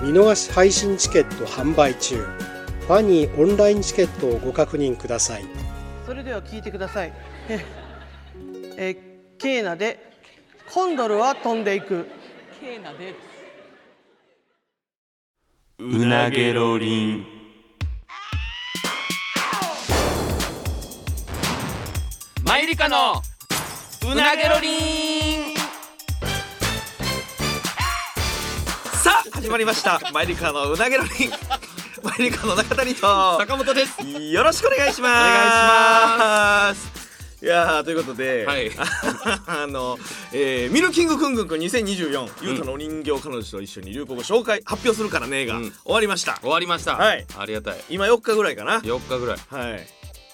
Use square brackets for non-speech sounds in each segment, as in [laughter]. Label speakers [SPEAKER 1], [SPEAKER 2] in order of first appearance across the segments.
[SPEAKER 1] 見逃し配信チケット販売中ファニーオンラインチケットをご確認ください
[SPEAKER 2] それでは聞いてください。えーえーケーナでコンドルは飛んでいく。
[SPEAKER 3] ケーナで
[SPEAKER 4] うなげろりんマイリカのうなげろりん
[SPEAKER 5] さあ始まりましたマイリカのうなげろりんマイリカの中谷と
[SPEAKER 4] 坂本です
[SPEAKER 5] よろしくお願いします
[SPEAKER 4] お
[SPEAKER 5] いやーということで、
[SPEAKER 4] はい
[SPEAKER 5] [laughs] あの、えーミルキングくんくんくん2024、ゆうたのお人形彼女と一緒に流行語紹介発表するからねが、
[SPEAKER 4] うん
[SPEAKER 5] 終わりました
[SPEAKER 4] 終わりました
[SPEAKER 5] はい
[SPEAKER 4] ありがたい
[SPEAKER 5] 今4日ぐらいかな
[SPEAKER 4] 4日ぐらい
[SPEAKER 5] はい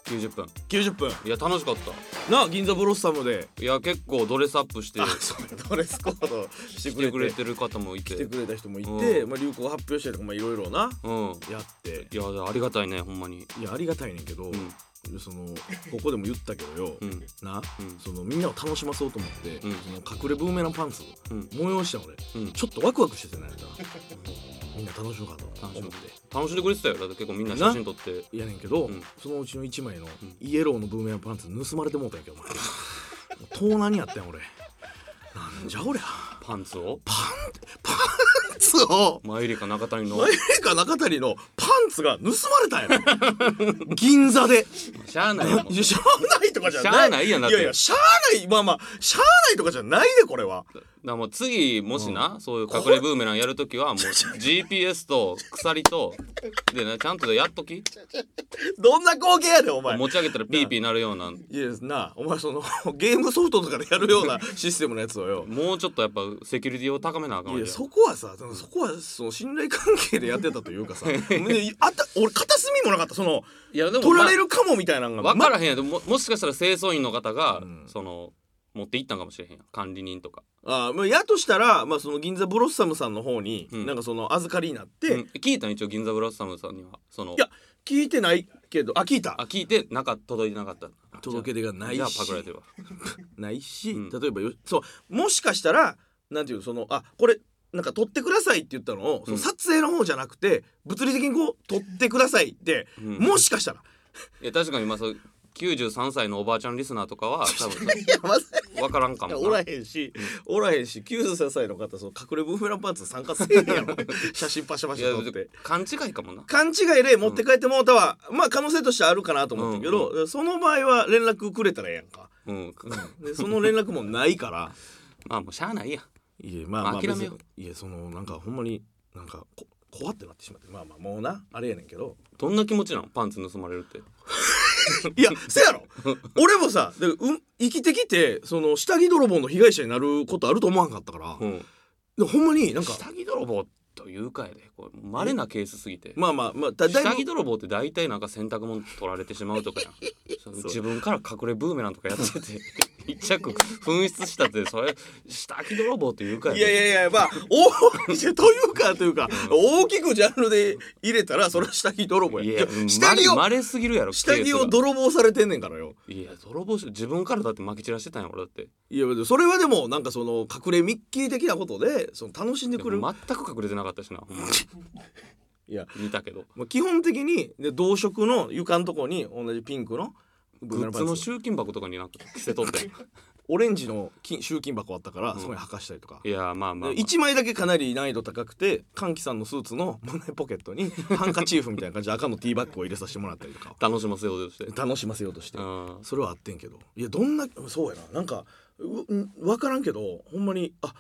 [SPEAKER 4] 90分
[SPEAKER 5] 90分
[SPEAKER 4] いや楽しかった
[SPEAKER 5] なあ銀座ブロッサムで [laughs]
[SPEAKER 4] いや結構ドレスアップして
[SPEAKER 5] あそうドレスコードして
[SPEAKER 4] 来
[SPEAKER 5] くれ
[SPEAKER 4] てくれ
[SPEAKER 5] て
[SPEAKER 4] てる方もいて
[SPEAKER 5] 来てくれた人もいて、
[SPEAKER 4] うん
[SPEAKER 5] まあ、流行語発表したりとかまあいろいろな
[SPEAKER 4] うん
[SPEAKER 5] やって
[SPEAKER 4] いやありがたいねほんまに
[SPEAKER 5] いやありがたいねんけど、
[SPEAKER 4] うん
[SPEAKER 5] そのここでも言ったけどよ、
[SPEAKER 4] うん
[SPEAKER 5] な、
[SPEAKER 4] うん
[SPEAKER 5] そのみんなを楽しまそうと思って、
[SPEAKER 4] うん
[SPEAKER 5] その隠れブーメランパンツ、
[SPEAKER 4] うん
[SPEAKER 5] 催した俺、
[SPEAKER 4] うん
[SPEAKER 5] ちょっとワクワクしててないかみんな楽しもうかと
[SPEAKER 4] 楽し
[SPEAKER 5] 思
[SPEAKER 4] ん
[SPEAKER 5] っ
[SPEAKER 4] で
[SPEAKER 5] て
[SPEAKER 4] 楽しんでくれてたよだって結構みんな写真撮って
[SPEAKER 5] いやねんけど、
[SPEAKER 4] うん
[SPEAKER 5] そのうちの1枚の
[SPEAKER 4] ん
[SPEAKER 5] イエローのブーメランパンツ盗まれてもうたんやけどお前もう盗難にあったんや俺なんじゃ俺パ
[SPEAKER 4] パンツを
[SPEAKER 5] ンツを
[SPEAKER 4] マイリカ中谷の
[SPEAKER 5] 前か中谷のパンツが盗まれたんやろ [laughs] 銀座で
[SPEAKER 4] しゃあないよ
[SPEAKER 5] いやしゃあないとかじゃない
[SPEAKER 4] しゃあないやんだっ
[SPEAKER 5] い
[SPEAKER 4] て
[SPEAKER 5] やいやしゃあないまあまあしゃあないとかじゃないでこれは
[SPEAKER 4] だからもう次もしな、そういう隠れブーメランやるときはもう
[SPEAKER 5] [laughs]
[SPEAKER 4] GPS と鎖とでなちゃんとやっとき
[SPEAKER 5] どんな光景やでお前
[SPEAKER 4] 持ち上げたらピーピーなるようない
[SPEAKER 5] やなあお前その [laughs] ゲームソフトとかでやるようなシステムのやつをよ
[SPEAKER 4] [laughs] もうちょっとやっぱセキュリティを高めなあかん
[SPEAKER 5] い
[SPEAKER 4] わ
[SPEAKER 5] や
[SPEAKER 4] け
[SPEAKER 5] そこはさでもそこはその信頼関係でやってたというかさ
[SPEAKER 4] [laughs]
[SPEAKER 5] ねあった俺片隅もなかったその
[SPEAKER 4] いやで
[SPEAKER 5] 取られるかもみたいなのが
[SPEAKER 4] 分から
[SPEAKER 5] ま
[SPEAKER 4] へんやんでもももしかしたら清掃員の方が、
[SPEAKER 5] うん
[SPEAKER 4] その持って行ったんかもしれへんやん管理人とか、
[SPEAKER 5] あまあやとしたら、まあ、その銀座ブロッサムさんの方に、
[SPEAKER 4] うん
[SPEAKER 5] なんかその預かりになって、
[SPEAKER 4] うん聞いたん一応銀座ブラッサムさんにはその
[SPEAKER 5] いや聞いてないけどあ聞いた
[SPEAKER 4] あ聞いてなか届いてなかった
[SPEAKER 5] 届け出がないし
[SPEAKER 4] じゃあパクられてるわ
[SPEAKER 5] ないし、
[SPEAKER 4] うん
[SPEAKER 5] 例えばよそうもしかしたらなんていうのそのあこれなんか撮ってくださいって言ったのを、その
[SPEAKER 4] うん
[SPEAKER 5] 撮影の方じゃなくて物理的にこう撮ってくださいって、
[SPEAKER 4] うん
[SPEAKER 5] もしかしたら
[SPEAKER 4] いや確かに今そう93歳のおばあちゃんリスナーと
[SPEAKER 5] [laughs]
[SPEAKER 4] かは多分
[SPEAKER 5] いやまさ
[SPEAKER 4] 分からんか
[SPEAKER 5] か
[SPEAKER 4] も
[SPEAKER 5] お
[SPEAKER 4] な
[SPEAKER 5] らへんし、おらへんし93歳の方その隠れブーメランパンツ参加せえ [laughs] へんやろ写真パシャパ
[SPEAKER 4] い
[SPEAKER 5] シ
[SPEAKER 4] や
[SPEAKER 5] ャ撮って。
[SPEAKER 4] 勘違いかもな
[SPEAKER 5] 勘違いで持って帰ってもうたは、まあ可能性としてあるかなと思ったけど、その場合は連絡くれたらええやんか
[SPEAKER 4] うん
[SPEAKER 5] でその連絡もないから
[SPEAKER 4] まあもうしゃあないやん
[SPEAKER 5] いやまあまあ
[SPEAKER 4] 諦め
[SPEAKER 5] 別に
[SPEAKER 4] よ
[SPEAKER 5] いやそのなんかほんまになんかこ怖ってなってしまってまあまあもうなあれやねんけ
[SPEAKER 4] [laughs]
[SPEAKER 5] ど
[SPEAKER 4] どんな気持ちなのパンツ盗まれるって
[SPEAKER 5] いやせやろ俺もさで、うん、生きてきてその下着泥棒の被害者になることあると思わんかったから、
[SPEAKER 4] うん
[SPEAKER 5] でほんまになんか
[SPEAKER 4] 下着泥棒というかやでこれ稀なケースすぎて
[SPEAKER 5] まあまあまあだだ
[SPEAKER 4] 下
[SPEAKER 5] いぶ
[SPEAKER 4] 着泥棒って大体なんか洗濯物取られてしまうと
[SPEAKER 5] [laughs]
[SPEAKER 4] かやんそう自分から隠れブーメランとかやってて一着紛失したってそれ下着泥棒というかや
[SPEAKER 5] い
[SPEAKER 4] で
[SPEAKER 5] やいやいやまあ大きくというかというか大きくジャンルで入れたらそれは下着泥棒
[SPEAKER 4] い
[SPEAKER 5] や
[SPEAKER 4] や
[SPEAKER 5] いや下着を
[SPEAKER 4] まれすぎるやろ
[SPEAKER 5] 下
[SPEAKER 4] ケー
[SPEAKER 5] 着
[SPEAKER 4] ス
[SPEAKER 5] を
[SPEAKER 4] が
[SPEAKER 5] 泥棒されてんねんからよ
[SPEAKER 4] いや泥棒し自分からだってまき散らしてたんや俺だって
[SPEAKER 5] いやそれはでもなんかその隠れミッキー的なことでその楽しんで
[SPEAKER 4] で
[SPEAKER 5] くれる
[SPEAKER 4] も全く隠れてなかったしなほ
[SPEAKER 5] [laughs]
[SPEAKER 4] んま
[SPEAKER 5] いや
[SPEAKER 4] に見たけど
[SPEAKER 5] まあ、基本的にで同色の床のとこに同じピンクのブーメ
[SPEAKER 4] グ
[SPEAKER 5] ラン
[SPEAKER 4] ッ
[SPEAKER 5] パン
[SPEAKER 4] ズ
[SPEAKER 5] ツ
[SPEAKER 4] の集金箱とかになんか着せとってん
[SPEAKER 5] [laughs] オレンジの金集金箱あったから、
[SPEAKER 4] ん
[SPEAKER 5] そこに履かしたりとか
[SPEAKER 4] い。やまあまあ、まあ、
[SPEAKER 5] 1枚だけかなり難易度高くて歓喜さんのスーツの [laughs] 胸ポケットにハンカチーフみたいな感じで赤のティーバッグを入れさせてもらったりとか
[SPEAKER 4] 楽しませようとして
[SPEAKER 5] 楽しませようとして
[SPEAKER 4] うん
[SPEAKER 5] それはあってんけどいやどんなそうやななんか分からんけどほんまにあ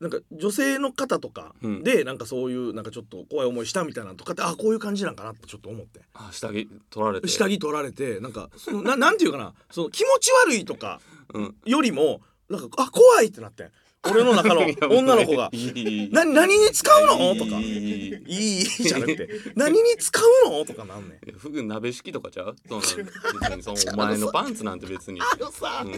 [SPEAKER 5] なんか女性の方とか
[SPEAKER 4] うん
[SPEAKER 5] で、なんかそういうなんかちょっと怖い思いしたみたいなのとかってあこういう感じなんかなってちょっと思って
[SPEAKER 4] あ下着取られて
[SPEAKER 5] 下着取られてなんかそのななんていうかなその気持ち悪いとか
[SPEAKER 4] うん
[SPEAKER 5] よりもなんかあ怖いってなってん俺の中の女の子が
[SPEAKER 4] [laughs] いいいいいい
[SPEAKER 5] な何に使うのとか
[SPEAKER 4] いい
[SPEAKER 5] い
[SPEAKER 4] いいいい
[SPEAKER 5] いじゃな
[SPEAKER 4] [laughs]
[SPEAKER 5] くて何に使うのとかなんねん
[SPEAKER 4] いやフグ鍋敷きとかちゃうそんなん別にそのお前のパンツなんて別に
[SPEAKER 5] [laughs] あのさ
[SPEAKER 4] うん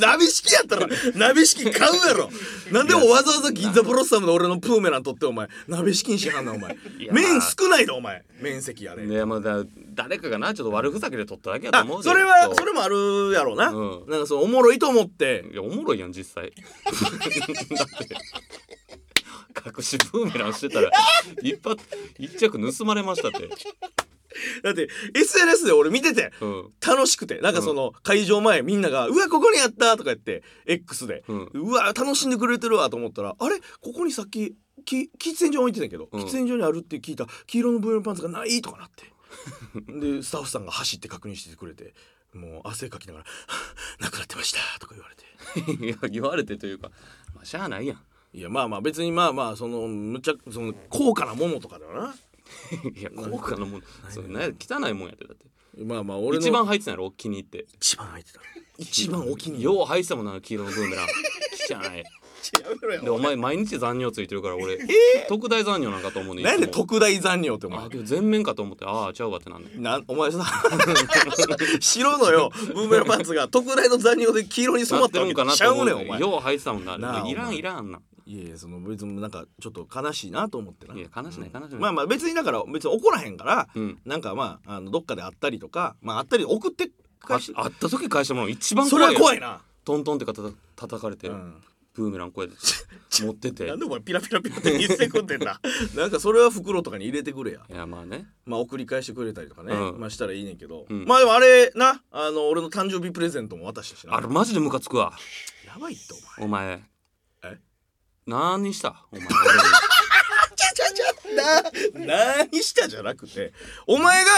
[SPEAKER 5] 鍋敷きやったら鍋敷き買うやろなんでもわざわざ銀座ブロッサムの俺のプーメラン取ってお前鍋敷きにしはんなお前
[SPEAKER 4] いや
[SPEAKER 5] 面少ないだお前面積あれ、
[SPEAKER 4] いやまあだ誰かがなちょっと悪ふざけで撮っただけやと
[SPEAKER 5] あ
[SPEAKER 4] 思うで
[SPEAKER 5] それは
[SPEAKER 4] う
[SPEAKER 5] それもあるやろうな、
[SPEAKER 4] うん
[SPEAKER 5] なんかそうおもろいと思って
[SPEAKER 4] いやおもろいやん実際 [laughs] だって隠しブーメランして
[SPEAKER 5] [laughs]
[SPEAKER 4] たら一発一着盗まれましたって、
[SPEAKER 5] だって SNS で俺見てて
[SPEAKER 4] うん、 [laughs]
[SPEAKER 5] 楽しくてなんかその会場前みんなが「うわここにあった!」とか言って X で
[SPEAKER 4] うん
[SPEAKER 5] 「うわ楽しんでくれてるわ」と思ったら「あれここにさっきき喫煙所置いてたんやけど、
[SPEAKER 4] うん
[SPEAKER 5] 喫煙所にあるって聞いた黄色のブルーのパンツがない!」とかなって [laughs] でスタッフさんが走って確認してくれてもう汗かきながら [laughs] 「なくなってました」とか言われて。
[SPEAKER 4] いや言われてというか、まあ、しゃあないやん
[SPEAKER 5] いやまあまあ別にまあまあそのむちゃその高価なものとかだよな。
[SPEAKER 4] いや高価なもんそれなんや汚いもんやってだって
[SPEAKER 5] まあまあ俺の
[SPEAKER 4] 一番入ってたやろお気に入って
[SPEAKER 5] 一番入ってた。一番お気に入り。
[SPEAKER 4] よう入ってたもんな黄色のブーメラン [laughs] 汚い
[SPEAKER 5] やめろよ
[SPEAKER 4] でお前毎日残尿ついてるから
[SPEAKER 5] [laughs]
[SPEAKER 4] 俺、特大残尿なんかと思うね
[SPEAKER 5] なんで
[SPEAKER 4] いつも
[SPEAKER 5] 特大残尿ってお前
[SPEAKER 4] あ。でも全面かと思ってああちゃうわってなんで
[SPEAKER 5] なんお前さ [laughs] 白のよブーメランパンツが特大の残尿で黄色に染
[SPEAKER 4] な
[SPEAKER 5] まっ
[SPEAKER 4] って
[SPEAKER 5] たわ
[SPEAKER 4] るん
[SPEAKER 5] け
[SPEAKER 4] かな
[SPEAKER 5] ち
[SPEAKER 4] と
[SPEAKER 5] ゃ
[SPEAKER 4] 思
[SPEAKER 5] う
[SPEAKER 4] う
[SPEAKER 5] ね
[SPEAKER 4] ね
[SPEAKER 5] んお前
[SPEAKER 4] よう入ってたもんな
[SPEAKER 5] なあ
[SPEAKER 4] いら
[SPEAKER 5] お
[SPEAKER 4] ん
[SPEAKER 5] 前
[SPEAKER 4] いらんあんない
[SPEAKER 5] やいやその別になんかちょっと悲しいなと思ってない
[SPEAKER 4] や悲しない悲しない
[SPEAKER 5] まあまあ別にだから別に怒らへんから、
[SPEAKER 4] うん
[SPEAKER 5] なんかまああのどっかであったりとかまああったり送って
[SPEAKER 4] あ
[SPEAKER 5] 返し
[SPEAKER 4] 会った時返してもらうの一番
[SPEAKER 5] それ
[SPEAKER 4] 怖い
[SPEAKER 5] は
[SPEAKER 4] よ
[SPEAKER 5] 怖いな、
[SPEAKER 4] トントンってかた叩かれて、
[SPEAKER 5] うん
[SPEAKER 4] ブーメランこうや
[SPEAKER 5] [laughs]
[SPEAKER 4] って持ってて
[SPEAKER 5] なんでお前ピラピラピラって言ってくん
[SPEAKER 4] [laughs]
[SPEAKER 5] でんだなんかそれは袋とかに入れてくれや
[SPEAKER 4] いやまあね
[SPEAKER 5] まあ送り返してくれたりとかね、
[SPEAKER 4] うん
[SPEAKER 5] まあしたらいいねんけど、
[SPEAKER 4] うん
[SPEAKER 5] まあでもあれなあの俺の誕生日プレゼントも渡したしな
[SPEAKER 4] あれマジでムカつくわ
[SPEAKER 5] やばいってお前
[SPEAKER 4] お前
[SPEAKER 5] え
[SPEAKER 4] 何したお前
[SPEAKER 5] [laughs] ちゃちゃちゃな [laughs] 何したじゃなくてお前が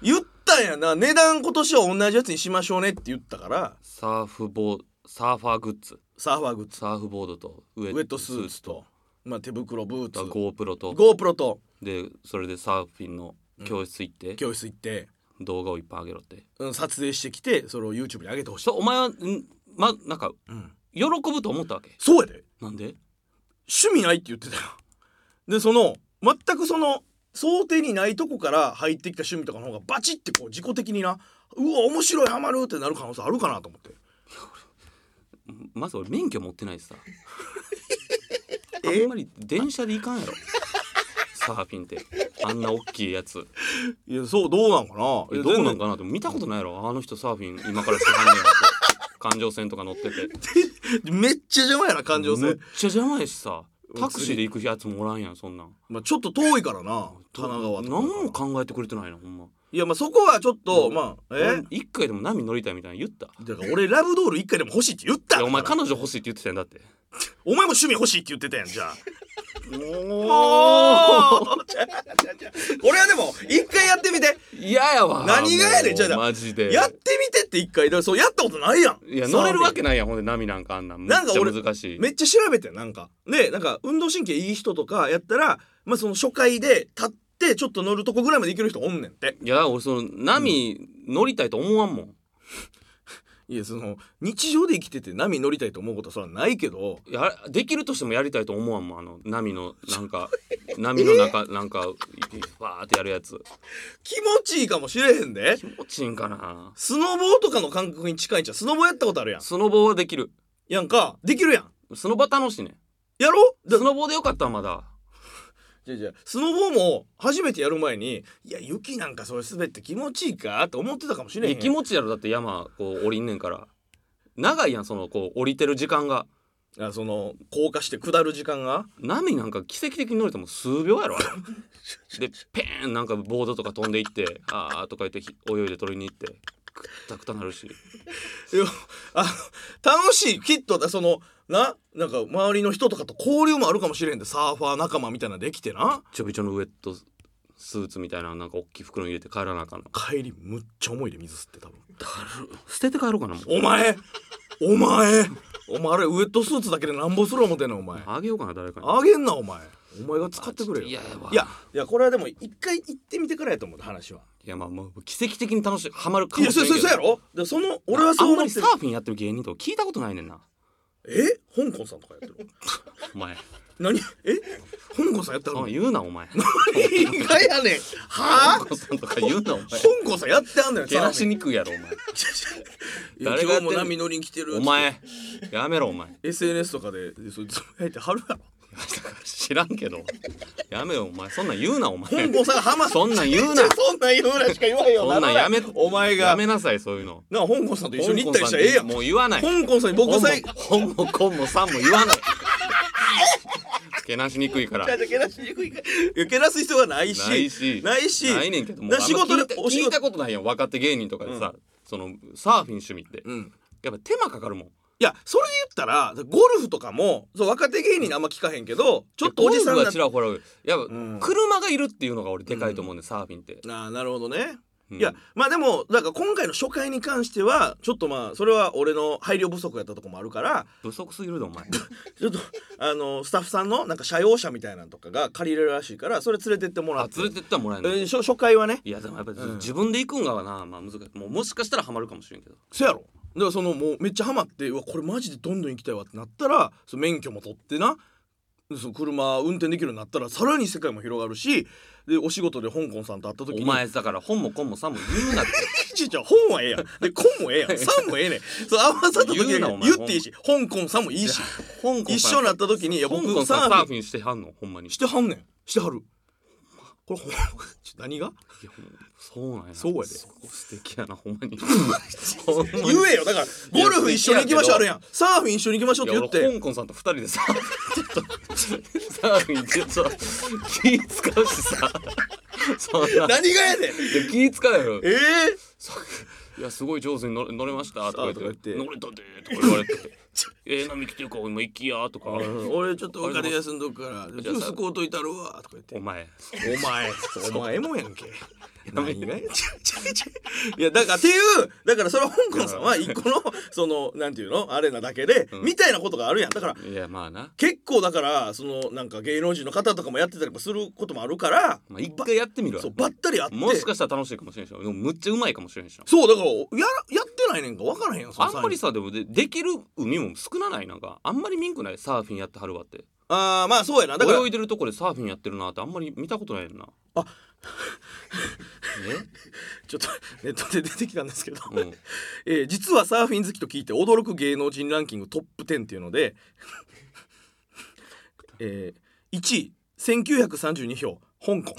[SPEAKER 5] 言ったんやな値段今年は同じやつにしましょうねって言ったから
[SPEAKER 4] サーフボーサーファーグッズ
[SPEAKER 5] サーファーグッズ
[SPEAKER 4] サーフボードとウ
[SPEAKER 5] ウェットスーツと、まあ、手袋ブー
[SPEAKER 4] と
[SPEAKER 5] ツ
[SPEAKER 4] GoPro と
[SPEAKER 5] GoPro と
[SPEAKER 4] でそれでサーフィンの教室行って、
[SPEAKER 5] 教室行って、
[SPEAKER 4] 動画をいっぱいあげろって
[SPEAKER 5] うん、撮影してきてそれを YouTube に上げてほしい
[SPEAKER 4] そうお前はんまなんか
[SPEAKER 5] うん、
[SPEAKER 4] 喜ぶと思ったわけ
[SPEAKER 5] そうやで
[SPEAKER 4] なんで
[SPEAKER 5] 趣味ないって言ってたよでその全くその想定にないとこから入ってきた趣味とかの方がバチってこう自己的になうわ面白いハマるってなる可能性あるかなと思って
[SPEAKER 4] まず俺免許持ってないしさあんまり電車で行かんやろサーフィンってあんな大きいやつ
[SPEAKER 5] いやそうどうなんかな
[SPEAKER 4] え
[SPEAKER 5] いや
[SPEAKER 4] どう
[SPEAKER 5] 全
[SPEAKER 4] な
[SPEAKER 5] 然
[SPEAKER 4] んかなって見たことないやろあの人サーフィン今からしてはんねやって環状線とか乗ってて
[SPEAKER 5] めっちゃ邪魔やな環状
[SPEAKER 4] めっ
[SPEAKER 5] 線、
[SPEAKER 4] ちゃ邪魔やしさタクシーで行くやつもおらんやんそんなん
[SPEAKER 5] まあ、ちょっと遠いからな神奈川とか
[SPEAKER 4] 何も考えてくれてないのほんま
[SPEAKER 5] いやまあそこはちょっと、
[SPEAKER 4] うん
[SPEAKER 5] まあえ
[SPEAKER 4] 俺一回でも波乗りたいみたいなの言った
[SPEAKER 5] だから俺ラブドール一回でも欲しいって言った
[SPEAKER 4] いやお前
[SPEAKER 5] だか
[SPEAKER 4] 彼
[SPEAKER 5] ら
[SPEAKER 4] 女欲しいって言ってたやんだって
[SPEAKER 5] お前も趣味欲しいって言ってたやんじゃ
[SPEAKER 4] [laughs]
[SPEAKER 5] あ
[SPEAKER 4] お
[SPEAKER 5] じゃあじゃあじゃあこれはでも一回やってみて
[SPEAKER 4] 嫌やわ
[SPEAKER 5] 何がやねん
[SPEAKER 4] もう
[SPEAKER 5] じゃあじゃあ
[SPEAKER 4] マジで
[SPEAKER 5] やってみてって一回だからそうやったことないやん
[SPEAKER 4] いや乗れるわけ
[SPEAKER 5] な
[SPEAKER 4] ないやんほんで波なんかあんなんめっ
[SPEAKER 5] なんか
[SPEAKER 4] ちゃ
[SPEAKER 5] 俺
[SPEAKER 4] 難しい
[SPEAKER 5] めっちゃ調べてんなんかでなんか運動神経いい人とかやったらまあその初回で立ってちょっと乗るとこぐらいまで行ける人おんねんって
[SPEAKER 4] いや俺その波乗りたいと思わんもん
[SPEAKER 5] いやその日常で生きてて波乗りたいと思うことはそれはないけど
[SPEAKER 4] やできるとしてもやりたいと思わんもんあの波のな
[SPEAKER 5] [laughs]
[SPEAKER 4] んか波の中なんかわーってやるやつ
[SPEAKER 5] 気持ちいいかもしれへんで
[SPEAKER 4] 気持ちいいんかな
[SPEAKER 5] スノボーとかの感覚に近いんちゃうスノボやったことあるやん
[SPEAKER 4] スノボはできる
[SPEAKER 5] やんかできるやん
[SPEAKER 4] スノボ楽しいね
[SPEAKER 5] やろ
[SPEAKER 4] スノボでよかったわまだ
[SPEAKER 5] じゃあじゃあスノボーも初めてやる前にいや雪なんかそれ滑って気持ちいいかって思ってたかもしれ
[SPEAKER 4] い
[SPEAKER 5] へ
[SPEAKER 4] や
[SPEAKER 5] ん
[SPEAKER 4] 気持ちいいやろだって山こう降りんねんから長いやんそのこう降りてる時間が
[SPEAKER 5] あその降下して下る時間が
[SPEAKER 4] 波なんか奇跡的に乗れても数秒やろあれ [laughs] でペーンなんかボードとか飛んでいってあーとか言ってひ泳いで取りに行ってくったくたなるし
[SPEAKER 5] いやあ楽しいきっとだそのななんか周りの人とかと交流もあるかもしれへんでサーファー仲間みたいなのできてな
[SPEAKER 4] ちょびちょのウエットスーツみたいななんか大きい袋に入れて帰らなあかんの
[SPEAKER 5] 帰りむっちゃ重いで水吸って多分
[SPEAKER 4] 捨てて帰ろうかなもう
[SPEAKER 5] お前お前お前あれウエットスーツだけでなんぼする思てんのお前
[SPEAKER 4] あげようかな誰かに
[SPEAKER 5] あげんなお前お前が使ってくれよ
[SPEAKER 4] い
[SPEAKER 5] いや
[SPEAKER 4] ややば
[SPEAKER 5] いやこれはでも一回行ってみてからやと思う話はい
[SPEAKER 4] やまあもう奇跡的に楽しいハマるか
[SPEAKER 5] い
[SPEAKER 4] も
[SPEAKER 5] や
[SPEAKER 4] し
[SPEAKER 5] そ
[SPEAKER 4] れ
[SPEAKER 5] うん
[SPEAKER 4] け
[SPEAKER 5] そ
[SPEAKER 4] ど
[SPEAKER 5] うそうやろでその俺は
[SPEAKER 4] あ
[SPEAKER 5] そうん
[SPEAKER 4] ま
[SPEAKER 5] 思っ
[SPEAKER 4] り
[SPEAKER 5] て
[SPEAKER 4] サ
[SPEAKER 5] る
[SPEAKER 4] ーフィンやってる芸人とか聞いたことないねんな
[SPEAKER 5] え香港さんとかやってる [laughs]
[SPEAKER 4] お前
[SPEAKER 5] 何え香港さんやってる
[SPEAKER 4] あ
[SPEAKER 5] の
[SPEAKER 4] 言うなお前
[SPEAKER 5] 意外やねんはあ
[SPEAKER 4] 香港さんとか言うなお前
[SPEAKER 5] 香港さんやってあんのよ
[SPEAKER 4] けなしにくいやろお前 [laughs]
[SPEAKER 5] いや
[SPEAKER 4] 誰
[SPEAKER 5] 今日
[SPEAKER 4] がやってんの
[SPEAKER 5] も波乗りに来てる
[SPEAKER 4] お前やめろお前
[SPEAKER 5] SNS とかでそれつぶやいてはるやろ
[SPEAKER 4] 知らんけどやめよお前そんなん言うなお前
[SPEAKER 5] 香港さんハマ
[SPEAKER 4] そんなん言うな
[SPEAKER 5] そんなん言うなしか言わへんよ
[SPEAKER 4] そんなんやめ
[SPEAKER 5] るお前が
[SPEAKER 4] やめなさいそういうの
[SPEAKER 5] なんか香港さんと一緒に行ったりしたらええやん
[SPEAKER 4] もう言わない
[SPEAKER 5] 香港さんに僕さえ
[SPEAKER 4] 本もこんもさんも言わないけなしにくいから
[SPEAKER 5] けなしにくいからいやけなす必要がないし
[SPEAKER 4] ないし
[SPEAKER 5] ないし
[SPEAKER 4] ないねんけども
[SPEAKER 5] な
[SPEAKER 4] あんま
[SPEAKER 5] 仕事で
[SPEAKER 4] 聞いた
[SPEAKER 5] お仕
[SPEAKER 4] 聞い
[SPEAKER 5] 事
[SPEAKER 4] たことないやん若手芸人とかでさ、そのサーフィン趣味って、
[SPEAKER 5] うん
[SPEAKER 4] やっぱ手間かかるもん
[SPEAKER 5] いやそれ言ったらゴルフとかもそう若手芸人にあんま聞かへんけどちょっとおじさん
[SPEAKER 4] ゴルフ
[SPEAKER 5] な
[SPEAKER 4] はちらほらやっぱ、
[SPEAKER 5] うん
[SPEAKER 4] 車がいるっていうのが俺でかいと思うね、ん、サーフィンって、
[SPEAKER 5] あーなるほどね
[SPEAKER 4] うん
[SPEAKER 5] いやまあでもなんか今回の初回に関してはちょっとまあそれは俺の配慮不足やったとこもあるから
[SPEAKER 4] 不足すぎるでお前
[SPEAKER 5] ちょっとあのスタッフさんのなんか社用車みたいなのとかが借りれるらしいからそれ連れてってもら
[SPEAKER 4] あ
[SPEAKER 5] って
[SPEAKER 4] 連れてったらもらえ
[SPEAKER 5] え
[SPEAKER 4] ない、
[SPEAKER 5] ー初初回はね
[SPEAKER 4] いやでもやっぱり、
[SPEAKER 5] うん
[SPEAKER 4] 自分で行くんがはな、まあ、難しいもうもしかしたらハマるかもしれんけど
[SPEAKER 5] そやろだからそのもうめっちゃハマってうわこれマジでどんどん行きたいわってなったらその免許も取ってなその車運転できるようになったらさらに世界も広がるしでお仕事で香港さんと会った時に
[SPEAKER 4] お前だから本もこんもさんも言
[SPEAKER 5] [laughs]
[SPEAKER 4] うなって
[SPEAKER 5] ちいちゃん本はええやんでコンもええやんさんもええねんそう合わさった時に
[SPEAKER 4] 言うなお前
[SPEAKER 5] 言っていいし香港さんもいいし
[SPEAKER 4] 香港
[SPEAKER 5] 一緒になった時にいや
[SPEAKER 4] 香
[SPEAKER 5] 僕
[SPEAKER 4] 港
[SPEAKER 5] サ
[SPEAKER 4] さんサ
[SPEAKER 5] ー
[SPEAKER 4] ー
[SPEAKER 5] フ
[SPEAKER 4] フィンしてはんのほんまに
[SPEAKER 5] してはんねんしてはるこれほんまちょ何が
[SPEAKER 4] いやほんそうなんや
[SPEAKER 5] そうやで
[SPEAKER 4] そこ素敵やなほ
[SPEAKER 5] [laughs]
[SPEAKER 4] んまにほんまに
[SPEAKER 5] 言えよだからゴルフ一緒に行きましょうあるやんサーフィン一緒に行きましょうっ
[SPEAKER 4] い
[SPEAKER 5] て
[SPEAKER 4] や
[SPEAKER 5] 言っ
[SPEAKER 4] 俺
[SPEAKER 5] て
[SPEAKER 4] 香港さんと二人でさちょっとサーフィンちょっと気使うしさそんないや
[SPEAKER 5] 何がやねん
[SPEAKER 4] 気使うやろ
[SPEAKER 5] ええ
[SPEAKER 4] いやすごい上手に乗れ乗れましたとか言っ
[SPEAKER 5] あとか
[SPEAKER 4] て
[SPEAKER 5] 言って
[SPEAKER 4] 乗れたでとか言
[SPEAKER 5] [laughs]
[SPEAKER 4] われてええ波来てるから今行きやとか
[SPEAKER 5] 俺ちょっとお金休んどくからジ
[SPEAKER 4] じ
[SPEAKER 5] ュ
[SPEAKER 4] ゃあ
[SPEAKER 5] ー
[SPEAKER 4] さ
[SPEAKER 5] ス買うといたるわとか言っ
[SPEAKER 4] お
[SPEAKER 5] て
[SPEAKER 4] 前
[SPEAKER 5] お前お前もやん [laughs] け何がや [laughs] ちゃちゃちゃいやだからっていうだからそれは香港さんは一個のそのなんていうのあれなだけで、みたいなことがあるやんだから
[SPEAKER 4] いやまあな
[SPEAKER 5] 結構だからそのなんか芸能人の方とかもやってたりもすることもあるから、
[SPEAKER 4] まあ一回やってみるわ
[SPEAKER 5] そうばったりあって
[SPEAKER 4] もしかしたら楽しいかもしれんしでもむっちゃうまいかもしれんしな
[SPEAKER 5] そうだからややってないねんか分からへんやんそ
[SPEAKER 4] あ
[SPEAKER 5] の
[SPEAKER 4] ん
[SPEAKER 5] 際
[SPEAKER 4] まりさでもでできる海も少なないなんかあんまりミンクないサーフィンやってはるわって
[SPEAKER 5] あーまあそうやなだから
[SPEAKER 4] 泳いでるとこでサーフィンやってるなってあんまり見たことな
[SPEAKER 5] [laughs]
[SPEAKER 4] いよな
[SPEAKER 5] あ
[SPEAKER 4] え
[SPEAKER 5] ちょっとネットで出てきたんですけど、
[SPEAKER 4] うん
[SPEAKER 5] [laughs] えー実はサーフィン好きと聞いて驚く芸能人ランキングトップ10っていうので、 [laughs] えー、1位1932票香港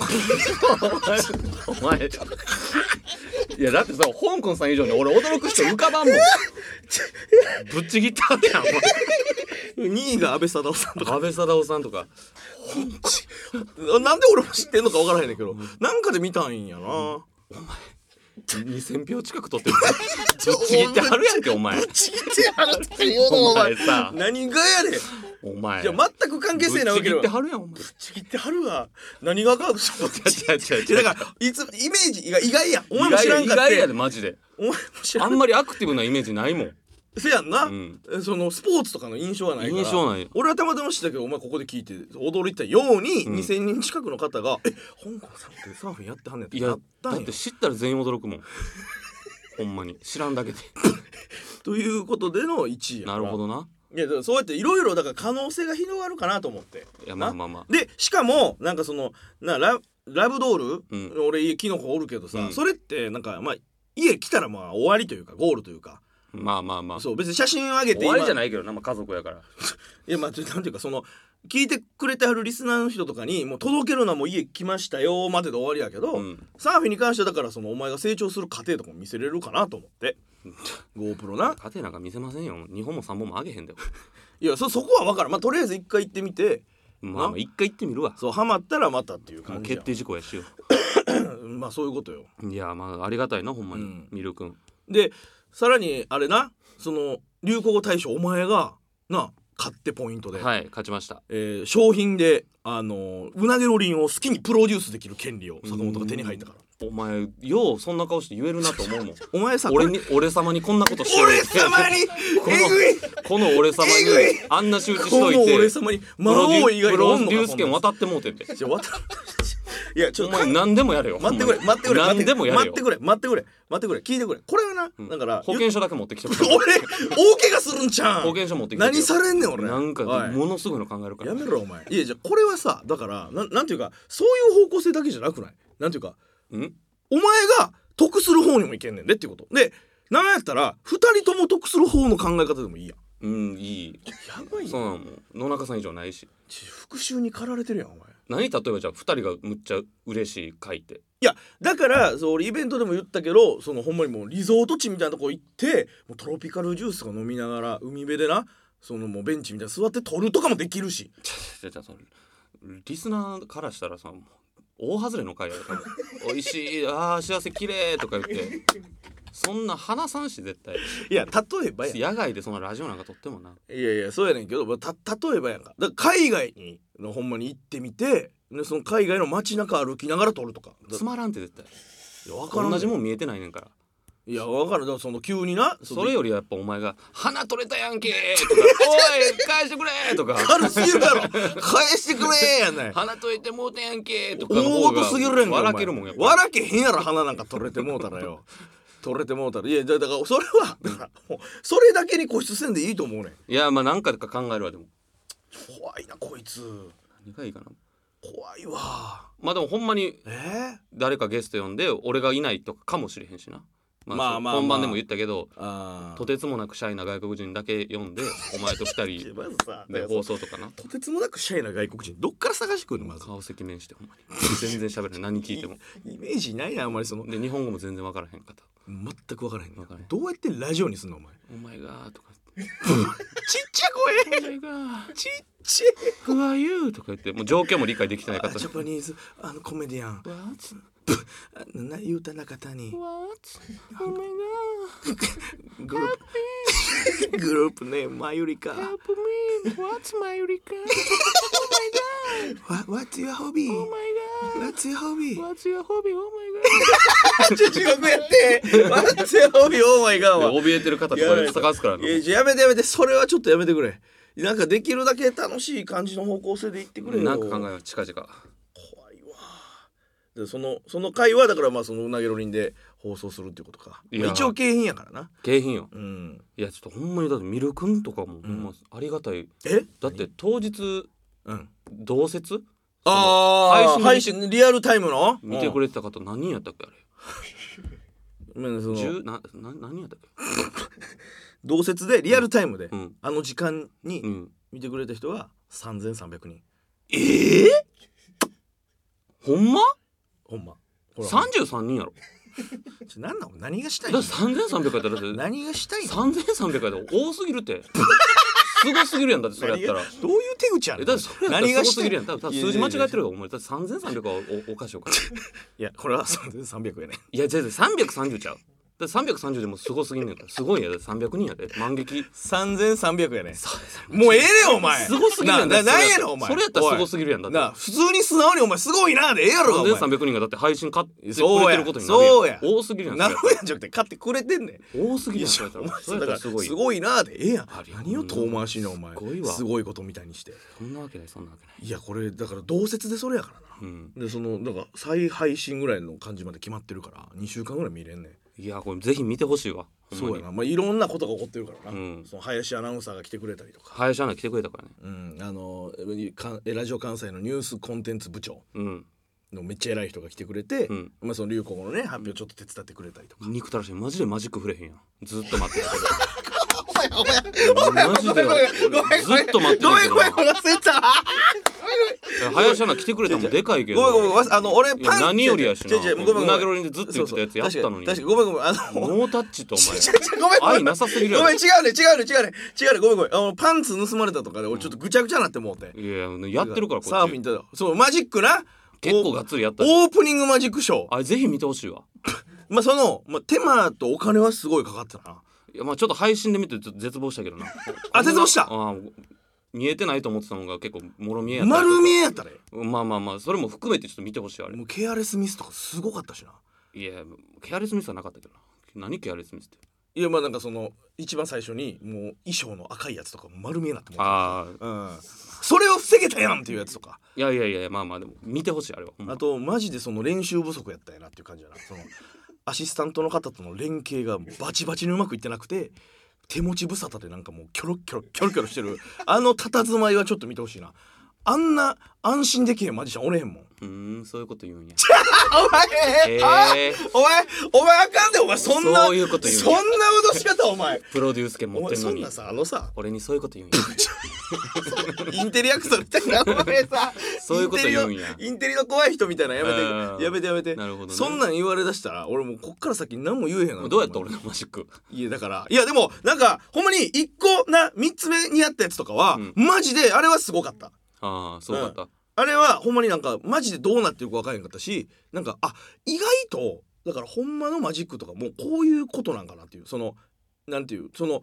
[SPEAKER 5] [laughs]
[SPEAKER 4] お前 [laughs] いやだってさ香港さん以上に俺驚く人浮かばんもんぶっちぎったってやんお前
[SPEAKER 5] 2位が安倍貞夫さんとか
[SPEAKER 4] 安倍貞夫さんとか
[SPEAKER 5] なんで俺も知ってんのか分からへんねんけどなんかで見たんやな、
[SPEAKER 4] 2000票近く
[SPEAKER 5] [laughs]
[SPEAKER 4] 取ってるぶっちぎってはるやんけお前
[SPEAKER 5] ちぎってやがってよ
[SPEAKER 4] お前さ
[SPEAKER 5] 何がやねん
[SPEAKER 4] お前
[SPEAKER 5] じゃあ全く関係性ないわけ
[SPEAKER 4] ぶっちぎ
[SPEAKER 5] よ
[SPEAKER 4] ってはるやんお前
[SPEAKER 5] ちぎってはるわ何がかわかる
[SPEAKER 4] 違う違う違う
[SPEAKER 5] [laughs] いやだからいつイメージが意外やんお前も知らんかっ
[SPEAKER 4] 意外
[SPEAKER 5] て
[SPEAKER 4] やでマ
[SPEAKER 5] [laughs]
[SPEAKER 4] ジで
[SPEAKER 5] お前も知ら
[SPEAKER 4] あ
[SPEAKER 5] ん
[SPEAKER 4] んまりアクティブなイメージないもん
[SPEAKER 5] せやんな、
[SPEAKER 4] うん
[SPEAKER 5] えそのスポーツとかの印象はないから
[SPEAKER 4] 印象ないよ
[SPEAKER 5] 俺はたまたま知ったけどお前ここで聞いて驚いたように、
[SPEAKER 4] ん
[SPEAKER 5] 2000人近くの方が「え香港さんってサーフィンやってはんねん」って
[SPEAKER 4] い
[SPEAKER 5] な
[SPEAKER 4] や
[SPEAKER 5] ったん
[SPEAKER 4] だっ
[SPEAKER 5] や
[SPEAKER 4] て知ったら全員驚くもんほんまに知らんだ
[SPEAKER 5] [laughs]
[SPEAKER 4] けで
[SPEAKER 5] ということでの1位や
[SPEAKER 4] なるほどない
[SPEAKER 5] やだからそうやっていろいろだから可能性が広がるかなと思って
[SPEAKER 4] いやまあまあまあ
[SPEAKER 5] でしかもなんかそのなララブドール、
[SPEAKER 4] うん
[SPEAKER 5] 俺家キノコおるけどさ、
[SPEAKER 4] うん
[SPEAKER 5] それってなんかまあ家来たらまあ終わりというかゴールというか
[SPEAKER 4] まあまあまあ
[SPEAKER 5] そう別に写真上げて
[SPEAKER 4] 終わりじゃ
[SPEAKER 5] い
[SPEAKER 4] ないけどな、まあ、家族やから
[SPEAKER 5] いやまあちょなんていうかその聞いてくれてはるリスナーの人とかにもう届けるのはもう家来ましたよまでで終わりやけど、
[SPEAKER 4] うん
[SPEAKER 5] サーフィンに関してはだからそのお前が成長する過程とかも見せれるかなと思って
[SPEAKER 4] [laughs]
[SPEAKER 5] GoPro な
[SPEAKER 4] 家庭なんか見せませんよ2本も3本もあげへんだよ
[SPEAKER 5] いやそそこは分からんまあとりあえず一回行ってみて
[SPEAKER 4] まあまあ一回行ってみるわ
[SPEAKER 5] そうハマったらまたっていう
[SPEAKER 4] もう
[SPEAKER 5] 感じや
[SPEAKER 4] 決定事項やしよ
[SPEAKER 5] うんまあそういうことよ
[SPEAKER 4] いやまあありがたいなほんま
[SPEAKER 5] う
[SPEAKER 4] に
[SPEAKER 5] ん
[SPEAKER 4] ミル君
[SPEAKER 5] でさらにあれなその流行語大賞お前がな買ってポイントで、
[SPEAKER 4] はい勝ちました
[SPEAKER 5] えー商品であのうなげロリンを好きにプロデュースできる権利を坂本が手に入ったから
[SPEAKER 4] お前ようそんな顔して言えるなと思うもん
[SPEAKER 5] [laughs] お前さ
[SPEAKER 4] 俺
[SPEAKER 5] これ
[SPEAKER 4] に俺様にこんなことして
[SPEAKER 5] 俺様に
[SPEAKER 4] この
[SPEAKER 5] えぐい
[SPEAKER 4] この俺様に
[SPEAKER 5] えぐい
[SPEAKER 4] あんな仕打ちし
[SPEAKER 5] こと
[SPEAKER 4] い
[SPEAKER 5] の
[SPEAKER 4] て
[SPEAKER 5] 俺様に魔王以外
[SPEAKER 4] プ
[SPEAKER 5] のお
[SPEAKER 4] ロ
[SPEAKER 5] ん
[SPEAKER 4] デ
[SPEAKER 5] の
[SPEAKER 4] ュ
[SPEAKER 5] か
[SPEAKER 4] ース権
[SPEAKER 5] そんな
[SPEAKER 4] 渡ってもうてんて
[SPEAKER 5] じゃあ渡るいやちょ
[SPEAKER 4] お
[SPEAKER 5] っと
[SPEAKER 4] 前何でもやれよ
[SPEAKER 5] 待ってくれ待ってくれ
[SPEAKER 4] ほんまに何でもやれ
[SPEAKER 5] 待
[SPEAKER 4] よ
[SPEAKER 5] ってくれ待ってくれ待ってくれ聞いてくれこれはな、
[SPEAKER 4] うん
[SPEAKER 5] だから
[SPEAKER 4] 保険証だけ持ってきて
[SPEAKER 5] 俺大怪我するんちゃん
[SPEAKER 4] 保険証持ってきて
[SPEAKER 5] 何されんねん俺
[SPEAKER 4] なんか
[SPEAKER 5] おい
[SPEAKER 4] ものすごいの考えるから
[SPEAKER 5] やめろお前いやじゃあこれはさだからなんなんていうかそういう方向性だけじゃなくないなんていうか
[SPEAKER 4] ん
[SPEAKER 5] お前が得する方にもいけんねんでっていうことでなんやったら二人とも得する方の考え方でもいいやん
[SPEAKER 4] うんいい
[SPEAKER 5] やばい
[SPEAKER 4] そうなのもん野中さん以上ないし
[SPEAKER 5] ち復讐に駆られてるやんお前
[SPEAKER 4] 何例えばじゃあ2人がむっちゃ嬉しい書いて
[SPEAKER 5] いやだからそう俺イベントでも言ったけどそのほんまにもうリゾート地みたいなとこ行ってもうトロピカルジュースが飲みながら海辺でなそのもうベンチみたいに座って撮るとかもできるし
[SPEAKER 4] ちょちょちょそのリスナーからしたらさもう大外れの回やるから「おいしいあー幸せ綺麗とか言ってそんな話さんし絶対
[SPEAKER 5] いや例えばやん
[SPEAKER 4] 野外でそんなラジオなんか撮ってもない
[SPEAKER 5] やいやそうやねんけどまあた例えばやんかだから海外にのほんまに行ってみてでその海外の街中歩きながら撮るとかだ
[SPEAKER 4] つまらんって絶対
[SPEAKER 5] いや分からん
[SPEAKER 4] 同じもん見えてないねんから
[SPEAKER 5] いや分からんだからその急にな
[SPEAKER 4] それ
[SPEAKER 5] よ
[SPEAKER 4] よりやっぱお前が「花取れたやんけ!」とか「おい返してくれ!」とか
[SPEAKER 5] 軽すぎるだろ返してくれやねん
[SPEAKER 4] 「花取れてもうてやんけ!」とかの
[SPEAKER 5] 大
[SPEAKER 4] 方が
[SPEAKER 5] 事すぎるやんかお前
[SPEAKER 4] 笑けるもんやっぱ
[SPEAKER 5] 笑けへんやろ鼻なんか取れてもうたらよ [laughs] 取れてもうたらいやだだからそれはだからもう [laughs] それだけに固執せんでいいと思うねん
[SPEAKER 4] いやまあ何回か考えるわでも
[SPEAKER 5] 怖いなこいつ
[SPEAKER 4] 何がいいかな
[SPEAKER 5] 怖いわ
[SPEAKER 4] まあでもほんまに
[SPEAKER 5] えー、
[SPEAKER 4] 誰かゲスト呼んで俺がいないとかかもしれへんしな、まあ、
[SPEAKER 5] まあ
[SPEAKER 4] そう
[SPEAKER 5] まあ
[SPEAKER 4] 本
[SPEAKER 5] まあ
[SPEAKER 4] 番でも言ったけど
[SPEAKER 5] あ
[SPEAKER 4] とてつもなくシャイな外国人だけ呼んでお前と
[SPEAKER 5] [laughs]
[SPEAKER 4] 二
[SPEAKER 5] いや
[SPEAKER 4] 人
[SPEAKER 5] まずさ
[SPEAKER 4] で放送とかな
[SPEAKER 5] とてつもなくシャイな外国人どっから探してくるのまず
[SPEAKER 4] 顔赤面してほんまに全然喋れない何聞いても
[SPEAKER 5] イメージないなあんまりその
[SPEAKER 4] で日本語も全然わからへんかった
[SPEAKER 5] 全く分からへんね
[SPEAKER 4] わからへん
[SPEAKER 5] どうやってラジオにすんのお前ち
[SPEAKER 4] 「お前が」
[SPEAKER 5] [laughs]
[SPEAKER 4] とか
[SPEAKER 5] っちゃい
[SPEAKER 4] 「お
[SPEAKER 5] 声
[SPEAKER 4] 前が
[SPEAKER 5] ちっちゃい
[SPEAKER 4] Who are you?」とか言ってもう状況も理解できてないかった
[SPEAKER 5] ジャパニーズあのコメディアン
[SPEAKER 4] What?
[SPEAKER 5] あのなゆうたなかたに
[SPEAKER 4] What? Oh my god!
[SPEAKER 5] グループグループネームマユリカ
[SPEAKER 4] Help me! What's my Eureka? Oh my god!
[SPEAKER 5] What, What's your hobby?
[SPEAKER 4] Oh my god!
[SPEAKER 5] What's your hobby?
[SPEAKER 4] What's your hobby? Oh my god!
[SPEAKER 5] ちょ中学やって What's your hobby? Oh my god
[SPEAKER 4] で怯えてる方とかで探すからない
[SPEAKER 5] やちょやめてやめてそれはちょっとやめてくれなんかできるだけ楽しい感じの方向性でいってくれよ
[SPEAKER 4] なんか考えよう近々
[SPEAKER 5] 怖いわでそのその会はだからまあそのうなげろりんで放送するっていうことか
[SPEAKER 4] いや
[SPEAKER 5] まあ一応景品やからな
[SPEAKER 4] 景品よ
[SPEAKER 5] うん
[SPEAKER 4] いやちょっとほんまにだってミルクンとかもほんまありがたい、
[SPEAKER 5] え
[SPEAKER 4] だって当日
[SPEAKER 5] うん
[SPEAKER 4] 同説
[SPEAKER 5] ああ
[SPEAKER 4] 配
[SPEAKER 5] 配
[SPEAKER 4] 信
[SPEAKER 5] 信リアルタイムの
[SPEAKER 4] 見てく
[SPEAKER 5] れ
[SPEAKER 4] れてた方何人やったっけあれ十なな何人やったっけ
[SPEAKER 5] 同説でリアルタイムで
[SPEAKER 4] うん
[SPEAKER 5] あの時間に
[SPEAKER 4] うん
[SPEAKER 5] 見てくれた人は3300人
[SPEAKER 4] ええほんま
[SPEAKER 5] ほんまほら
[SPEAKER 4] 33人やろ
[SPEAKER 5] ちょ何なの何がした
[SPEAKER 4] だ
[SPEAKER 5] い
[SPEAKER 4] から
[SPEAKER 5] の
[SPEAKER 4] 3300やったらだって
[SPEAKER 5] [laughs] 何がしたいの
[SPEAKER 4] 3300やったら多すぎ
[SPEAKER 5] [laughs]
[SPEAKER 4] るってすごすぎるやんだってそれやったら
[SPEAKER 5] どういう手口あ
[SPEAKER 4] え
[SPEAKER 5] る
[SPEAKER 4] だってそれやった
[SPEAKER 5] 何
[SPEAKER 4] ら
[SPEAKER 5] が
[SPEAKER 4] すご
[SPEAKER 5] し
[SPEAKER 4] す
[SPEAKER 5] たい
[SPEAKER 4] ぎる
[SPEAKER 5] の
[SPEAKER 4] やん多分数字間違えてるよお前だって3300はおおかしいおかしい
[SPEAKER 5] いやこれは3300やね
[SPEAKER 4] いや、じゃあ330ちゃう。だって330でもすごすぎんねんから。すごいんやで、300人やで。万劇。
[SPEAKER 5] 3300やねもうええねんお前
[SPEAKER 4] すごすぎるやん
[SPEAKER 5] なな
[SPEAKER 4] だって
[SPEAKER 5] なん
[SPEAKER 4] それ
[SPEAKER 5] やねんお前
[SPEAKER 4] それやったらすごすぎるやんだって
[SPEAKER 5] なあ普通に素直にお前すごいなでええやろがお前
[SPEAKER 4] 3300人がだって配信買ってくれて
[SPEAKER 5] そうや
[SPEAKER 4] ることになるやん。
[SPEAKER 5] そうや
[SPEAKER 4] 多すぎるやん。
[SPEAKER 5] な
[SPEAKER 4] そ
[SPEAKER 5] る
[SPEAKER 4] れ
[SPEAKER 5] やんじゃなくて買ってくれてんねん
[SPEAKER 4] 多すぎるやん。それやった
[SPEAKER 5] お
[SPEAKER 4] ら
[SPEAKER 5] 前
[SPEAKER 4] それや
[SPEAKER 5] だ
[SPEAKER 4] った
[SPEAKER 5] から
[SPEAKER 4] らす
[SPEAKER 5] す
[SPEAKER 4] ごい。
[SPEAKER 5] ごいなでええやん
[SPEAKER 4] ありがとう
[SPEAKER 5] 何を遠回しにお前
[SPEAKER 4] すごいわ
[SPEAKER 5] すごいことみたいにして
[SPEAKER 4] そんなわけない、そんなわけない。
[SPEAKER 5] いやこれだから同説でそれやからな
[SPEAKER 4] うん。
[SPEAKER 5] でそのなんか再配信ぐらいの感じまで決まってるから2週間ぐらい見れんねん
[SPEAKER 4] いや、これぜひ見てほしいわ。ほん
[SPEAKER 5] そ
[SPEAKER 4] ま
[SPEAKER 5] う
[SPEAKER 4] に
[SPEAKER 5] や。なまあいろんなことが起こってるからな、
[SPEAKER 4] うん
[SPEAKER 5] その林アナウンサーが来てくれたりとか
[SPEAKER 4] 林アナ来てくれたからね。
[SPEAKER 5] うん、あのかラジオ関西のニュースコンテンツ部長
[SPEAKER 4] うん。
[SPEAKER 5] のめっちゃ偉い人が来てくれて、
[SPEAKER 4] うん
[SPEAKER 5] まあ、その流行語のね発表ちょっと手伝ってくれたりとか。
[SPEAKER 4] 憎たらしい。マジでマジック触れへんやん。ずっと待ってたけど。マジでずっと待ってたけど
[SPEAKER 5] 忘れた
[SPEAKER 4] 林アナ来てくれたもんでかいけど
[SPEAKER 5] ごめんごめんごめんあの俺
[SPEAKER 4] いや
[SPEAKER 5] パン
[SPEAKER 4] 何よりやしな
[SPEAKER 5] 違う違うごめんごめん
[SPEAKER 4] うなぎろりんでずっと言ってたやつやったのに
[SPEAKER 5] そうそう確かに確かにごめんごめんあの
[SPEAKER 4] ノータッチとお前
[SPEAKER 5] 違う違うごめんごめん
[SPEAKER 4] 愛なさすぎるやろ
[SPEAKER 5] ごめん違うね違うね違うね違うねごめんごめんあのパンツ盗まれたとかで俺ちょっとぐちゃぐちゃなってもうて、
[SPEAKER 4] いやいややってるからこっち
[SPEAKER 5] サーフィンとそうマジックな
[SPEAKER 4] 結構がっつりやったで
[SPEAKER 5] オープニングマジックショー
[SPEAKER 4] あれぜひ見てほしいわ
[SPEAKER 5] まあその、まあ、手間とお金はすごいかかったない
[SPEAKER 4] やまあちょっと配信で見てちょっと絶望したけどな
[SPEAKER 5] あ絶望した
[SPEAKER 4] あ見えてないと思ってたのが結構もろ見えやった
[SPEAKER 5] 丸見えやったね
[SPEAKER 4] まあまあまあそれも含めてちょっと見てほしいわあれ
[SPEAKER 5] もうケアレスミスとかすごかったしない
[SPEAKER 4] やケアレスミスはなかったけどな何ケアレスミスって
[SPEAKER 5] いやまあなんかその一番最初にもう衣装の赤いやつとか丸見えになってもら
[SPEAKER 4] ああ
[SPEAKER 5] ううん、それを防げたやんっていうやつとか、
[SPEAKER 4] いやいやいやまあまあでも見てほしいあれはほんま
[SPEAKER 5] あとマジでその練習不足やったやなっていう感じやなそのアシスタントの方との連携がバチバチにうまくいってなくて手持ち無沙汰でなんかもうキョロキョロキョロキョロしてるあの佇まいはちょっと見てほしいなあんな安心できへんマジシャンおれへんもん
[SPEAKER 4] うーんそういうこと言うんや
[SPEAKER 5] [laughs] お前、
[SPEAKER 4] えー
[SPEAKER 5] あお前お前あかんでお前そんな
[SPEAKER 4] そういうこと言うん
[SPEAKER 5] そん
[SPEAKER 4] や
[SPEAKER 5] な脅し方お前
[SPEAKER 4] プロデュース権
[SPEAKER 5] お
[SPEAKER 4] 持っ
[SPEAKER 5] 前
[SPEAKER 4] てん
[SPEAKER 5] そ
[SPEAKER 4] の
[SPEAKER 5] ん
[SPEAKER 4] に
[SPEAKER 5] なさあのさ
[SPEAKER 4] 俺にそういうこと
[SPEAKER 5] [laughs]
[SPEAKER 4] 言うんや
[SPEAKER 5] インテリアクトみたいなお前さ
[SPEAKER 4] そういうこと言うんや
[SPEAKER 5] インテリのインテリの怖い人みたいなや
[SPEAKER 4] うん
[SPEAKER 5] めてやめてやめて
[SPEAKER 4] なるほどね
[SPEAKER 5] そんなん言われだしたら俺もうこっから先何も言えへんの
[SPEAKER 4] どうやった俺のマジック
[SPEAKER 5] いやだからいやでもなんかほんまに一個な三つ目にあったやつとかは、
[SPEAKER 4] うん
[SPEAKER 5] マジであれはすごかった
[SPEAKER 4] ああそうだった、
[SPEAKER 5] あれはほんまになんかマジでどうなってるか分からへんかったしなんかあ意外とだからほんまのマジックとかもうこういうことなんかなっていうそのなんていうその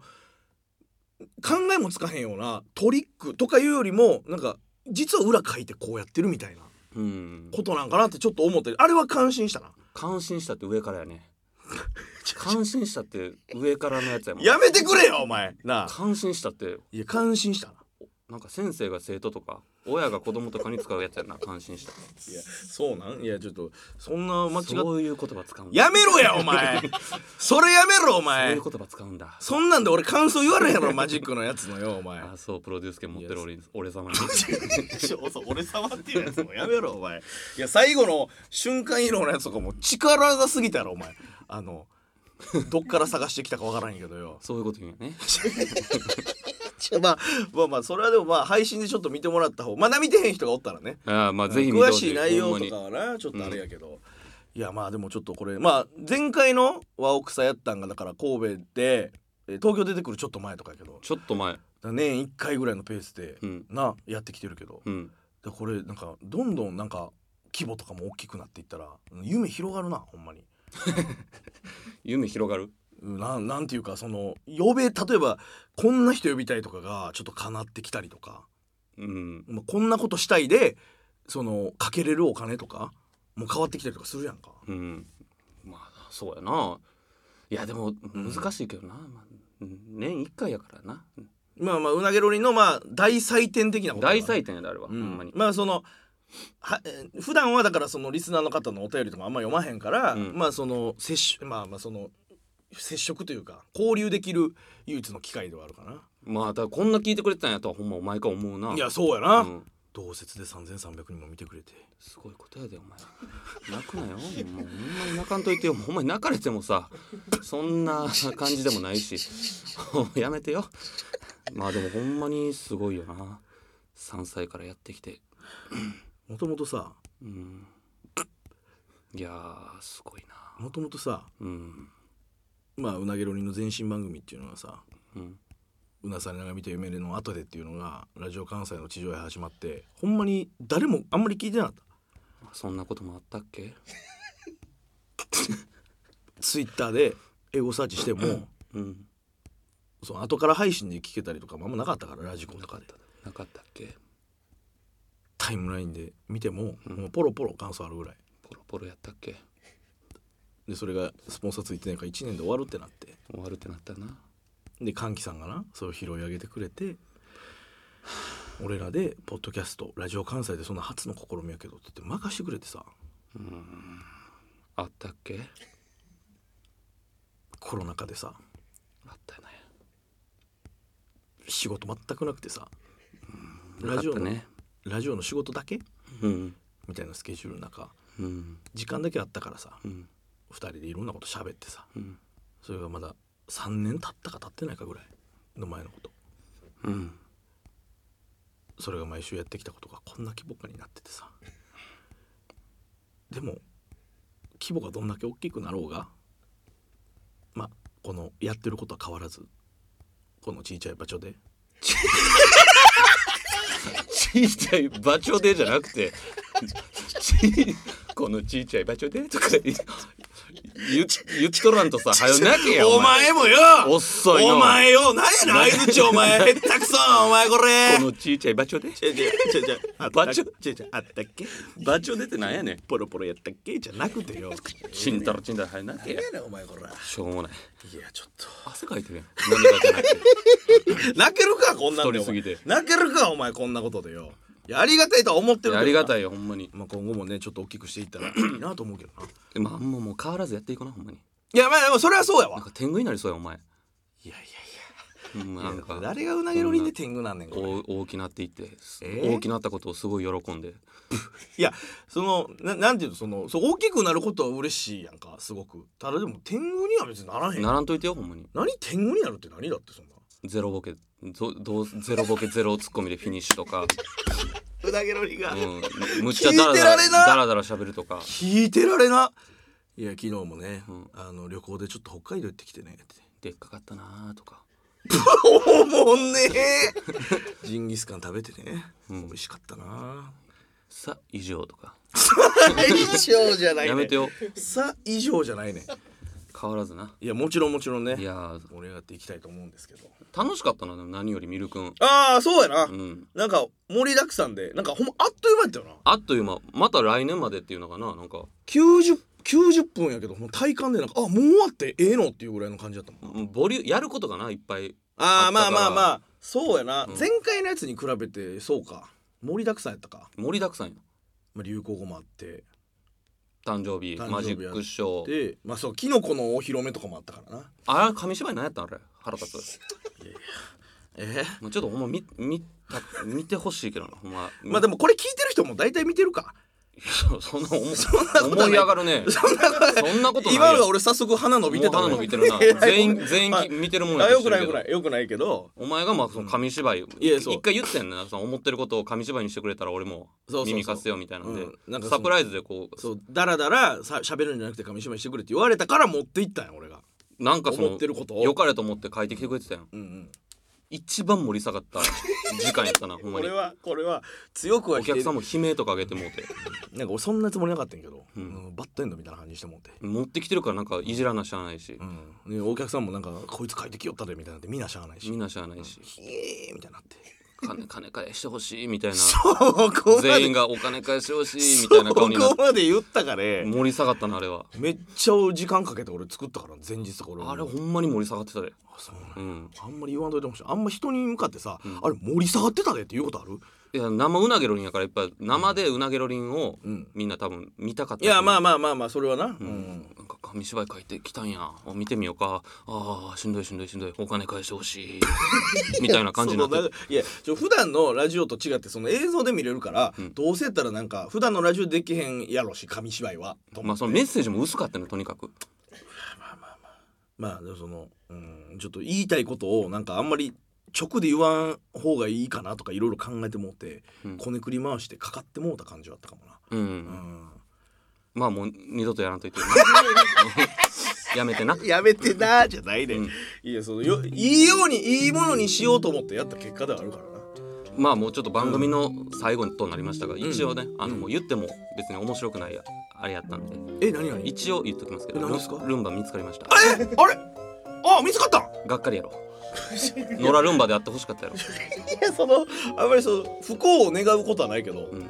[SPEAKER 5] 考えもつかへんようなトリックとかいうよりもなんか実は裏書いてこうやってるみたいな
[SPEAKER 4] うん
[SPEAKER 5] ことなんかなってちょっと思ってあれは感心したな
[SPEAKER 4] 感心したって上から
[SPEAKER 5] [laughs]
[SPEAKER 4] やね感心したって上からのやつやもん
[SPEAKER 5] やめてくれよお前なあ
[SPEAKER 4] 感心したって
[SPEAKER 5] いや感心したな
[SPEAKER 4] なんか先生が生徒とか親が子供とかに使うやつやな感心した
[SPEAKER 5] いやそうなんいやちょっとそんな間違っ
[SPEAKER 4] そういう言葉使うんだ
[SPEAKER 5] やめろやお前それやめろお
[SPEAKER 4] そうい
[SPEAKER 5] 前
[SPEAKER 4] う言葉使うんだ
[SPEAKER 5] そんなんで俺感想言われへんやろマジックのやつのよお前
[SPEAKER 4] あそうプロデュース権持ってる俺に俺様 [laughs] に
[SPEAKER 5] [laughs] 俺様っていうやつもやめろお前いや最後の瞬間移動のやつとかも力技すぎたやろお前あのどっから探してきたかわからんけどよ
[SPEAKER 4] [laughs] そういうこと言うんやね
[SPEAKER 5] まあまあまあそれはでもまあ配信でちょっと見てもらった方まだ見てへん人がおったらね
[SPEAKER 4] ああまあぜひ見て
[SPEAKER 5] 詳
[SPEAKER 4] ほ
[SPEAKER 5] しい内容とかはなちょっとあれやけど、いやまあでもちょっとこれまあ前回の和奥さやったんがだから神戸でえー東京出てくるちょっと前とかやけどだか
[SPEAKER 4] ちょっと前
[SPEAKER 5] ら年1回ぐらいのペースで、
[SPEAKER 4] うん
[SPEAKER 5] なやってきてるけど
[SPEAKER 4] うん
[SPEAKER 5] でこれなんかどんどんなんか規模とかも大きくなっていったら夢広がるなほんまに。
[SPEAKER 4] 夢広がる
[SPEAKER 5] なんなんていうかその呼べ例えばこんな人呼びたいとかがちょっと叶ってきたりとか、
[SPEAKER 4] うん
[SPEAKER 5] まあ、こんなことしたいでそのかけれるお金とかも変わってきたりとかするやんか。
[SPEAKER 4] うんまあそうやないやでも難しいけどな、まあ年一回やからな
[SPEAKER 5] まあまあうなげろりんのまあ大祭典的なことだな
[SPEAKER 4] 大祭典やであれは、
[SPEAKER 5] うん
[SPEAKER 4] ほんまに
[SPEAKER 5] まあそのはえー普段はだからそのリスナーの方のお便りとかあんま読まへんから、
[SPEAKER 4] うん
[SPEAKER 5] まあその接触まあまあその接触というか交流できる唯一の機会ではあるかな。
[SPEAKER 4] まあだからこんな聞いてくれてたんやとはほんまお前か思うない
[SPEAKER 5] やそうやな。
[SPEAKER 4] うん
[SPEAKER 5] 同説で三千三百人も見てくれて。
[SPEAKER 4] すごいことやでお前泣くなよもうほんまに泣かんといてよほんまに泣かれてもさそんな感じでもないしやめてよまあでもほんまにすごいよな3歳からやってきて
[SPEAKER 5] もともとさ
[SPEAKER 4] うんいやーすごいな
[SPEAKER 5] もともとさ
[SPEAKER 4] うん
[SPEAKER 5] まあうなげろりんの前身番組っていうのはさ
[SPEAKER 4] うん
[SPEAKER 5] うなされなが見て夢での後でっていうのがラジオ関西の地上波始まってほんまに誰もあんまり聞いてなかった。
[SPEAKER 4] そんなこともあったっけ
[SPEAKER 5] ツイッターで英語サーチしても。
[SPEAKER 4] うん
[SPEAKER 5] その後から配信で聞けたりとかもあんまなかったからラジコンとかで
[SPEAKER 4] なかったっけ
[SPEAKER 5] タイムラインで見ても,、もうポロポロ感想あるぐらい
[SPEAKER 4] ポロポロやったっけ
[SPEAKER 5] でそれがスポンサーついてないから1年で終わるってなって
[SPEAKER 4] 終わるってなったな
[SPEAKER 5] で歓喜さんがなそれを拾い上げてくれて俺らでポッドキャストラジオ関西でそんな初の試みやけどって言って任してくれてさ
[SPEAKER 4] あったっけ
[SPEAKER 5] コロナ禍でさ
[SPEAKER 4] あったよね
[SPEAKER 5] 仕事全くなくてさ
[SPEAKER 4] な
[SPEAKER 5] ラ
[SPEAKER 4] か
[SPEAKER 5] ジ
[SPEAKER 4] っ
[SPEAKER 5] オ
[SPEAKER 4] た
[SPEAKER 5] の、
[SPEAKER 4] ね
[SPEAKER 5] ラジオの仕事だけ
[SPEAKER 4] うん
[SPEAKER 5] みたいなスケジュールの中
[SPEAKER 4] うん
[SPEAKER 5] 時間だけあったからさ
[SPEAKER 4] うん
[SPEAKER 5] 2人でいろんなこと喋ってさ
[SPEAKER 4] うん
[SPEAKER 5] それがまだ3年経ったか経ってないかぐらいの前のこと
[SPEAKER 4] うん
[SPEAKER 5] それが毎週やってきたことがこんな規模感になっててさでも規模がどんだけ大きくなろうがまあこのやってることは変わらずこの小さい場所で
[SPEAKER 4] ちいちゃい場所でじゃなくてちこのちいちゃい場所でとかい言っ言っとらんとさ早泣けや
[SPEAKER 5] お前もよ
[SPEAKER 4] 遅いの
[SPEAKER 5] お前よ何やねん相づちお前へったくそお前これ
[SPEAKER 4] このちいちゃい場所で
[SPEAKER 5] ちょちょちょちょあった
[SPEAKER 4] バチョ
[SPEAKER 5] ちょちょあったっけ
[SPEAKER 4] 場所でってなんやねん
[SPEAKER 5] ポロポロやったっけじゃなくてよ
[SPEAKER 4] ちんたらちんたら早泣けや
[SPEAKER 5] 何やねんお前こら
[SPEAKER 4] しょうもない
[SPEAKER 5] いやちょっと
[SPEAKER 4] 汗かいてるやん何かじゃなく
[SPEAKER 5] [laughs]
[SPEAKER 4] て
[SPEAKER 5] 泣けるかこんなんで
[SPEAKER 4] 太りすぎて
[SPEAKER 5] お前泣けるかお前こんなことでよいやありがたいとは思ってるけど
[SPEAKER 4] いや
[SPEAKER 5] な
[SPEAKER 4] ありがたいよほんまに
[SPEAKER 5] まあ今後もねちょっと大きくしていった [clears throat] らいいなと思うけどな
[SPEAKER 4] でまあもうもう変わらずやっていこうなほんまに
[SPEAKER 5] いやまあでもそれはそうやわ
[SPEAKER 4] なんか天狗になりそうやお前
[SPEAKER 5] いやいや
[SPEAKER 4] ほんまなんか
[SPEAKER 5] 誰がうなぎのりんで天狗なんねんこれ
[SPEAKER 4] お大きなっていって、す
[SPEAKER 5] えー
[SPEAKER 4] 大きなったことをすごい喜んで
[SPEAKER 5] いやそのななんていうのそのそう大きくなることは嬉しいやんかすごくただでも天狗には別にならへん
[SPEAKER 4] ならんといてよほんまに
[SPEAKER 5] 何天狗になるって何だってそんな
[SPEAKER 4] ゼロボケぞどうゼロボケゼロツッコミでフィニッシュとか、
[SPEAKER 5] うなぎのりが
[SPEAKER 4] うん、むっちゃダ
[SPEAKER 5] 聞い
[SPEAKER 4] ラダラ
[SPEAKER 5] てられな
[SPEAKER 4] ダラダラ喋るとか
[SPEAKER 5] 聞いてられないや昨日もね、
[SPEAKER 4] うん
[SPEAKER 5] あの旅行でちょっと北海道行ってき [laughs] てねって
[SPEAKER 4] でっかかったなーとか
[SPEAKER 5] おもんね [laughs] えジンギスカン食べてね、
[SPEAKER 4] うん
[SPEAKER 5] 美味しかったな
[SPEAKER 4] さ以上とか
[SPEAKER 5] 以上じゃな
[SPEAKER 4] やめてよ
[SPEAKER 5] さ以上じゃないね
[SPEAKER 4] 変わらずない
[SPEAKER 5] やもちろんもちろんね
[SPEAKER 4] いやー
[SPEAKER 5] 盛り上がっていきたいと思うんですけど
[SPEAKER 4] 楽しかったなでも何よりミルくん
[SPEAKER 5] ああそうやな、
[SPEAKER 4] うん
[SPEAKER 5] なんか盛りだくさんでなんかほんまあっという間やったよな
[SPEAKER 4] あっという間また来年までっていうのかななんか
[SPEAKER 5] 90, 90分やけどもう体感でなんかあもう終わってええのっていうぐらいの感じだったもん
[SPEAKER 4] うんボリュやることがないっぱい
[SPEAKER 5] あ
[SPEAKER 4] あ
[SPEAKER 5] あ
[SPEAKER 4] った
[SPEAKER 5] まあ
[SPEAKER 4] から
[SPEAKER 5] まあまあそうやな、
[SPEAKER 4] うん
[SPEAKER 5] 前回のやつに比べてそうか盛りだくさんやったか、
[SPEAKER 4] 盛りだくさんや
[SPEAKER 5] まあ、流行語もあって
[SPEAKER 4] 誕生日
[SPEAKER 5] 誕生日
[SPEAKER 4] マジックショー
[SPEAKER 5] でまあそうキノコのお披露目とかもあったからな
[SPEAKER 4] あれ紙芝居何やったんあれ腹立つ
[SPEAKER 5] え
[SPEAKER 4] もうちょっとほんま見見た見てほしいけどなほんま
[SPEAKER 5] まあでもこれ聞いてる人も大体見てるか
[SPEAKER 4] そそんな思
[SPEAKER 5] なことない
[SPEAKER 4] 思い上がるねそんなことない
[SPEAKER 5] 今のが
[SPEAKER 4] よ
[SPEAKER 5] 俺早速鼻伸びてた
[SPEAKER 4] もう鼻伸びてるな
[SPEAKER 5] いやい [laughs] や
[SPEAKER 4] 全員
[SPEAKER 5] ごめん
[SPEAKER 4] 全員
[SPEAKER 5] はい
[SPEAKER 4] 見てるもんや
[SPEAKER 5] あ
[SPEAKER 4] と
[SPEAKER 5] よ
[SPEAKER 4] して
[SPEAKER 5] く
[SPEAKER 4] る
[SPEAKER 5] ないよくな
[SPEAKER 4] けど
[SPEAKER 5] いよくないけど
[SPEAKER 4] お前がまあその紙芝居、
[SPEAKER 5] いやそう
[SPEAKER 4] 一回言ってんねその思ってることを紙芝居にしてくれたら俺も
[SPEAKER 5] そうそうそう
[SPEAKER 4] 耳貸すよみたいなんで
[SPEAKER 5] うんなんかその
[SPEAKER 4] サプライズでこう
[SPEAKER 5] そうだらだらさ喋るんじゃなくて紙芝居してくれって言われたから持っていったんや俺が
[SPEAKER 4] なんかそ
[SPEAKER 5] 思ってることを
[SPEAKER 4] のよかれと思って書いてきてくれてたやん
[SPEAKER 5] うんうん
[SPEAKER 4] 一番盛り下がった時間やったなほんま
[SPEAKER 5] こ
[SPEAKER 4] に
[SPEAKER 5] れはこれは強くは
[SPEAKER 4] お
[SPEAKER 5] 否定
[SPEAKER 4] 客さんも悲鳴とかあげてもうて
[SPEAKER 5] なんか俺そんなつもりなかったんやけど、
[SPEAKER 4] うん
[SPEAKER 5] うんバッドエンドみたいな感じにしてもうて、
[SPEAKER 4] 持ってきてるからなんかいじらなしゃあないし
[SPEAKER 5] うん、でお客さんもなんか「こいつ書いてきよったで」みたいなんでみんなしゃあないし
[SPEAKER 4] みんなしゃあないし
[SPEAKER 5] 「ひえー」みたいになって
[SPEAKER 4] 金金返してほしいみたい
[SPEAKER 5] [laughs]
[SPEAKER 4] な
[SPEAKER 5] ここま
[SPEAKER 4] 全員
[SPEAKER 5] で
[SPEAKER 4] がお金返してほしいみたいな
[SPEAKER 5] そ
[SPEAKER 4] 顔になっ
[SPEAKER 5] こ
[SPEAKER 4] て
[SPEAKER 5] まで言ったかね
[SPEAKER 4] 盛り下がったなあれは
[SPEAKER 5] めっちゃ時間かけて俺作ったから前日とか俺
[SPEAKER 4] あれほんまに盛り下がってたで
[SPEAKER 5] あそうなんや
[SPEAKER 4] うん
[SPEAKER 5] あんまり言わんといてほしいあんま人に向かってさ、
[SPEAKER 4] ん
[SPEAKER 5] あれ盛り下がってたでって言うことある
[SPEAKER 4] いや生うなげろりんやからやっぱ生でうなげろりんを
[SPEAKER 5] うん
[SPEAKER 4] みんな多分見たかった
[SPEAKER 5] いやまあま
[SPEAKER 4] ま
[SPEAKER 5] あまあまあそれはな、う
[SPEAKER 4] あ
[SPEAKER 5] ん
[SPEAKER 4] なんか紙芝居書いてきたんやあ見てみようかあーしんどいしんどいしんどいお金返してほしい
[SPEAKER 5] [laughs]
[SPEAKER 4] みたいな感じになって
[SPEAKER 5] そのなんかいやちょ普段のラジオと違ってその映像で見れるから、どうせやったらなんか普段のラジオできへんやろし紙芝居はと思
[SPEAKER 4] まあそのメッセージも薄かったねとにかく
[SPEAKER 5] まあでもその、うん、ちょっと言いたいことをなんかあんまり直で言わん方がいいかなとかいろいろ考えてもうて、
[SPEAKER 4] うん
[SPEAKER 5] こねくり回してかかってもうた感じはあったかもな、
[SPEAKER 4] うん、
[SPEAKER 5] う、
[SPEAKER 4] まあもう二度とやらんといてやめてなん
[SPEAKER 5] やめてなーじゃないで、
[SPEAKER 4] うん
[SPEAKER 5] いやそのよいいようにいいものにしようと思ってやった結果ではあるからな
[SPEAKER 4] まあもうちょっと番組の最後となりましたが、一応ねあのもう言っても別に面白くないやあれやったんで
[SPEAKER 5] え何何
[SPEAKER 4] 一応言っときますけど
[SPEAKER 5] え何ですか
[SPEAKER 4] ルンバ見つかりました
[SPEAKER 5] えあれあ見つかった
[SPEAKER 4] がっか
[SPEAKER 5] [laughs]
[SPEAKER 4] りやろ野良ルンバであってほしかったやろ、
[SPEAKER 5] いやそのあんまりその不幸を願うことはないけど、
[SPEAKER 4] うん、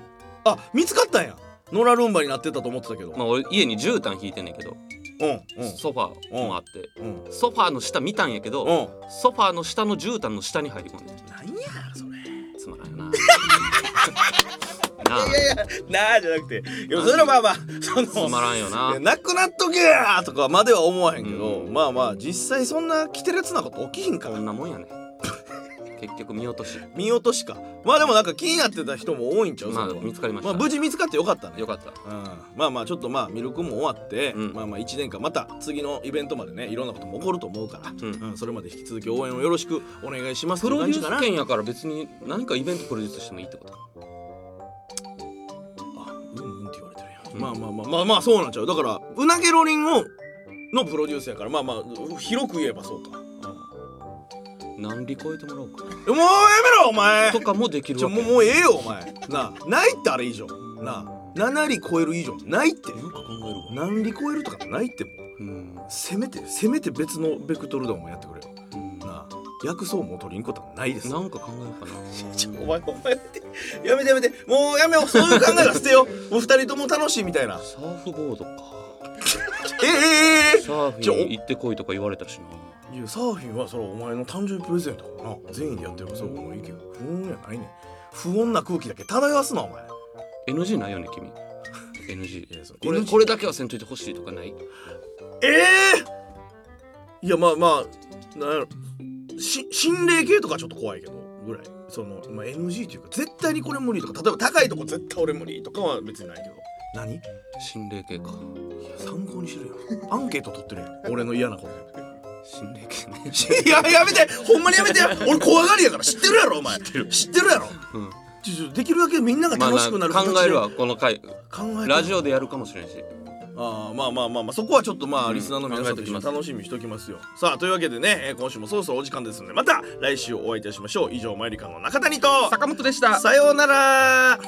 [SPEAKER 5] あ見つかったんやノラルンバになってたと思ってたけど、
[SPEAKER 4] まあ俺家に絨毯引いてんねんけど
[SPEAKER 5] うんうん
[SPEAKER 4] ソファもあって
[SPEAKER 5] うん
[SPEAKER 4] ソファーの下見たんやけ
[SPEAKER 5] う
[SPEAKER 4] ど
[SPEAKER 5] ん
[SPEAKER 4] ソファーの下の絨毯の下に入り込んでる
[SPEAKER 5] 何やそれ
[SPEAKER 4] つまら
[SPEAKER 5] [laughs]
[SPEAKER 4] んよななあ
[SPEAKER 5] なあじゃなくていやそれはまあまあその
[SPEAKER 4] つまらんよな
[SPEAKER 5] ななくなっとけやとかまでは思わへんけど、
[SPEAKER 4] うん
[SPEAKER 5] まあまあ実際そんな着てるやつなこと起きひんか
[SPEAKER 4] こ
[SPEAKER 5] ら
[SPEAKER 4] んなもんやね結局見落とし
[SPEAKER 5] 見落としかまあでもなんか気になってた人も多いんちゃう
[SPEAKER 4] まあ
[SPEAKER 5] それは
[SPEAKER 4] 見つかりました
[SPEAKER 5] あ、無事見つかってよかったね
[SPEAKER 4] よかった
[SPEAKER 5] うん、まあまあちょっとまあミルクも終わって、
[SPEAKER 4] うん
[SPEAKER 5] まあまあ1年間また次のイベントまでねいろんなことも起こると思うから、
[SPEAKER 4] うん
[SPEAKER 5] うんそれまで引き続き応援をよろしくお願いします
[SPEAKER 4] プロデュース
[SPEAKER 5] っていう感じ
[SPEAKER 4] 権やから別に何かイベントプロデュースしてもいいってこと
[SPEAKER 5] かなあうんうんって言われてるやん、
[SPEAKER 4] うん
[SPEAKER 5] まあまあまあまあまあそうなんちゃうだからうなげろりんをのプロデュースやからまあまあ広く言えばそうか、
[SPEAKER 4] 何利超えてもらおう
[SPEAKER 5] [laughs]
[SPEAKER 4] か
[SPEAKER 5] もうやめろお前
[SPEAKER 4] とかもで
[SPEAKER 5] ち
[SPEAKER 4] きる
[SPEAKER 5] ょ
[SPEAKER 4] わけ
[SPEAKER 5] もうもうええよお前なあないってあれ以上なあ7里超える以上ないって
[SPEAKER 4] なんか考えるわ
[SPEAKER 5] 何里超えるとかないってもう
[SPEAKER 4] うん
[SPEAKER 5] せめてせめて別のベクトル論をやってくれよ
[SPEAKER 4] うんな
[SPEAKER 5] なあ薬草も取りんことはないです
[SPEAKER 4] んか考えようかな
[SPEAKER 5] ちょお前お前やめてやめてやめてもうやめようそういう考えは捨てようもう二人とも楽しいみたいな
[SPEAKER 4] サーフボードか
[SPEAKER 5] ええええ
[SPEAKER 4] サーフ
[SPEAKER 5] ちょ
[SPEAKER 4] ィン行ってこいとか言われたしない
[SPEAKER 5] やサーフィンはそれはお前の誕生日プレゼントだからな善意でやってるからそれはお前いいけど不穏やないねん不穏な空気だけ漂わすなお前
[SPEAKER 4] NG ないよね
[SPEAKER 5] [laughs]
[SPEAKER 4] 君 NG
[SPEAKER 5] いやそう
[SPEAKER 4] これ
[SPEAKER 5] NG
[SPEAKER 4] これだけはせんといてほしいとかない
[SPEAKER 5] ええいやまあまあなんやろし心霊系とかちょっと怖いけどぐらいその、まあ、NG というか絶対にこれ無理とか例えば高いとこ絶対俺無理とかは別にないけど何いや
[SPEAKER 4] 心霊系か
[SPEAKER 5] 参考にしろよアンケート取ってるやん俺の嫌なこと
[SPEAKER 4] 心霊系ね
[SPEAKER 5] いややめてほんまにやめてや俺怖がりやから知ってるやろお前知ってるやろ
[SPEAKER 4] うん
[SPEAKER 5] ちょちょできるだけみんなが
[SPEAKER 4] ま
[SPEAKER 5] [laughs]
[SPEAKER 4] あ
[SPEAKER 5] 楽しくな
[SPEAKER 4] な
[SPEAKER 5] る
[SPEAKER 4] 考
[SPEAKER 5] 形で
[SPEAKER 4] えるわこの回
[SPEAKER 5] 考えて
[SPEAKER 4] ラジオでやるかもしれんし
[SPEAKER 5] ああまあまあまあまあそこはちょっとまあ
[SPEAKER 4] うん
[SPEAKER 5] リスナーの皆さんと一緒に
[SPEAKER 4] 考えておきます
[SPEAKER 5] 楽しみにしておきますよ、さあというわけでねえー今週もそろそろお時間ですのでまた来週お会いいたしましょう以上マイリカの中谷と
[SPEAKER 4] 本でした
[SPEAKER 5] さようなら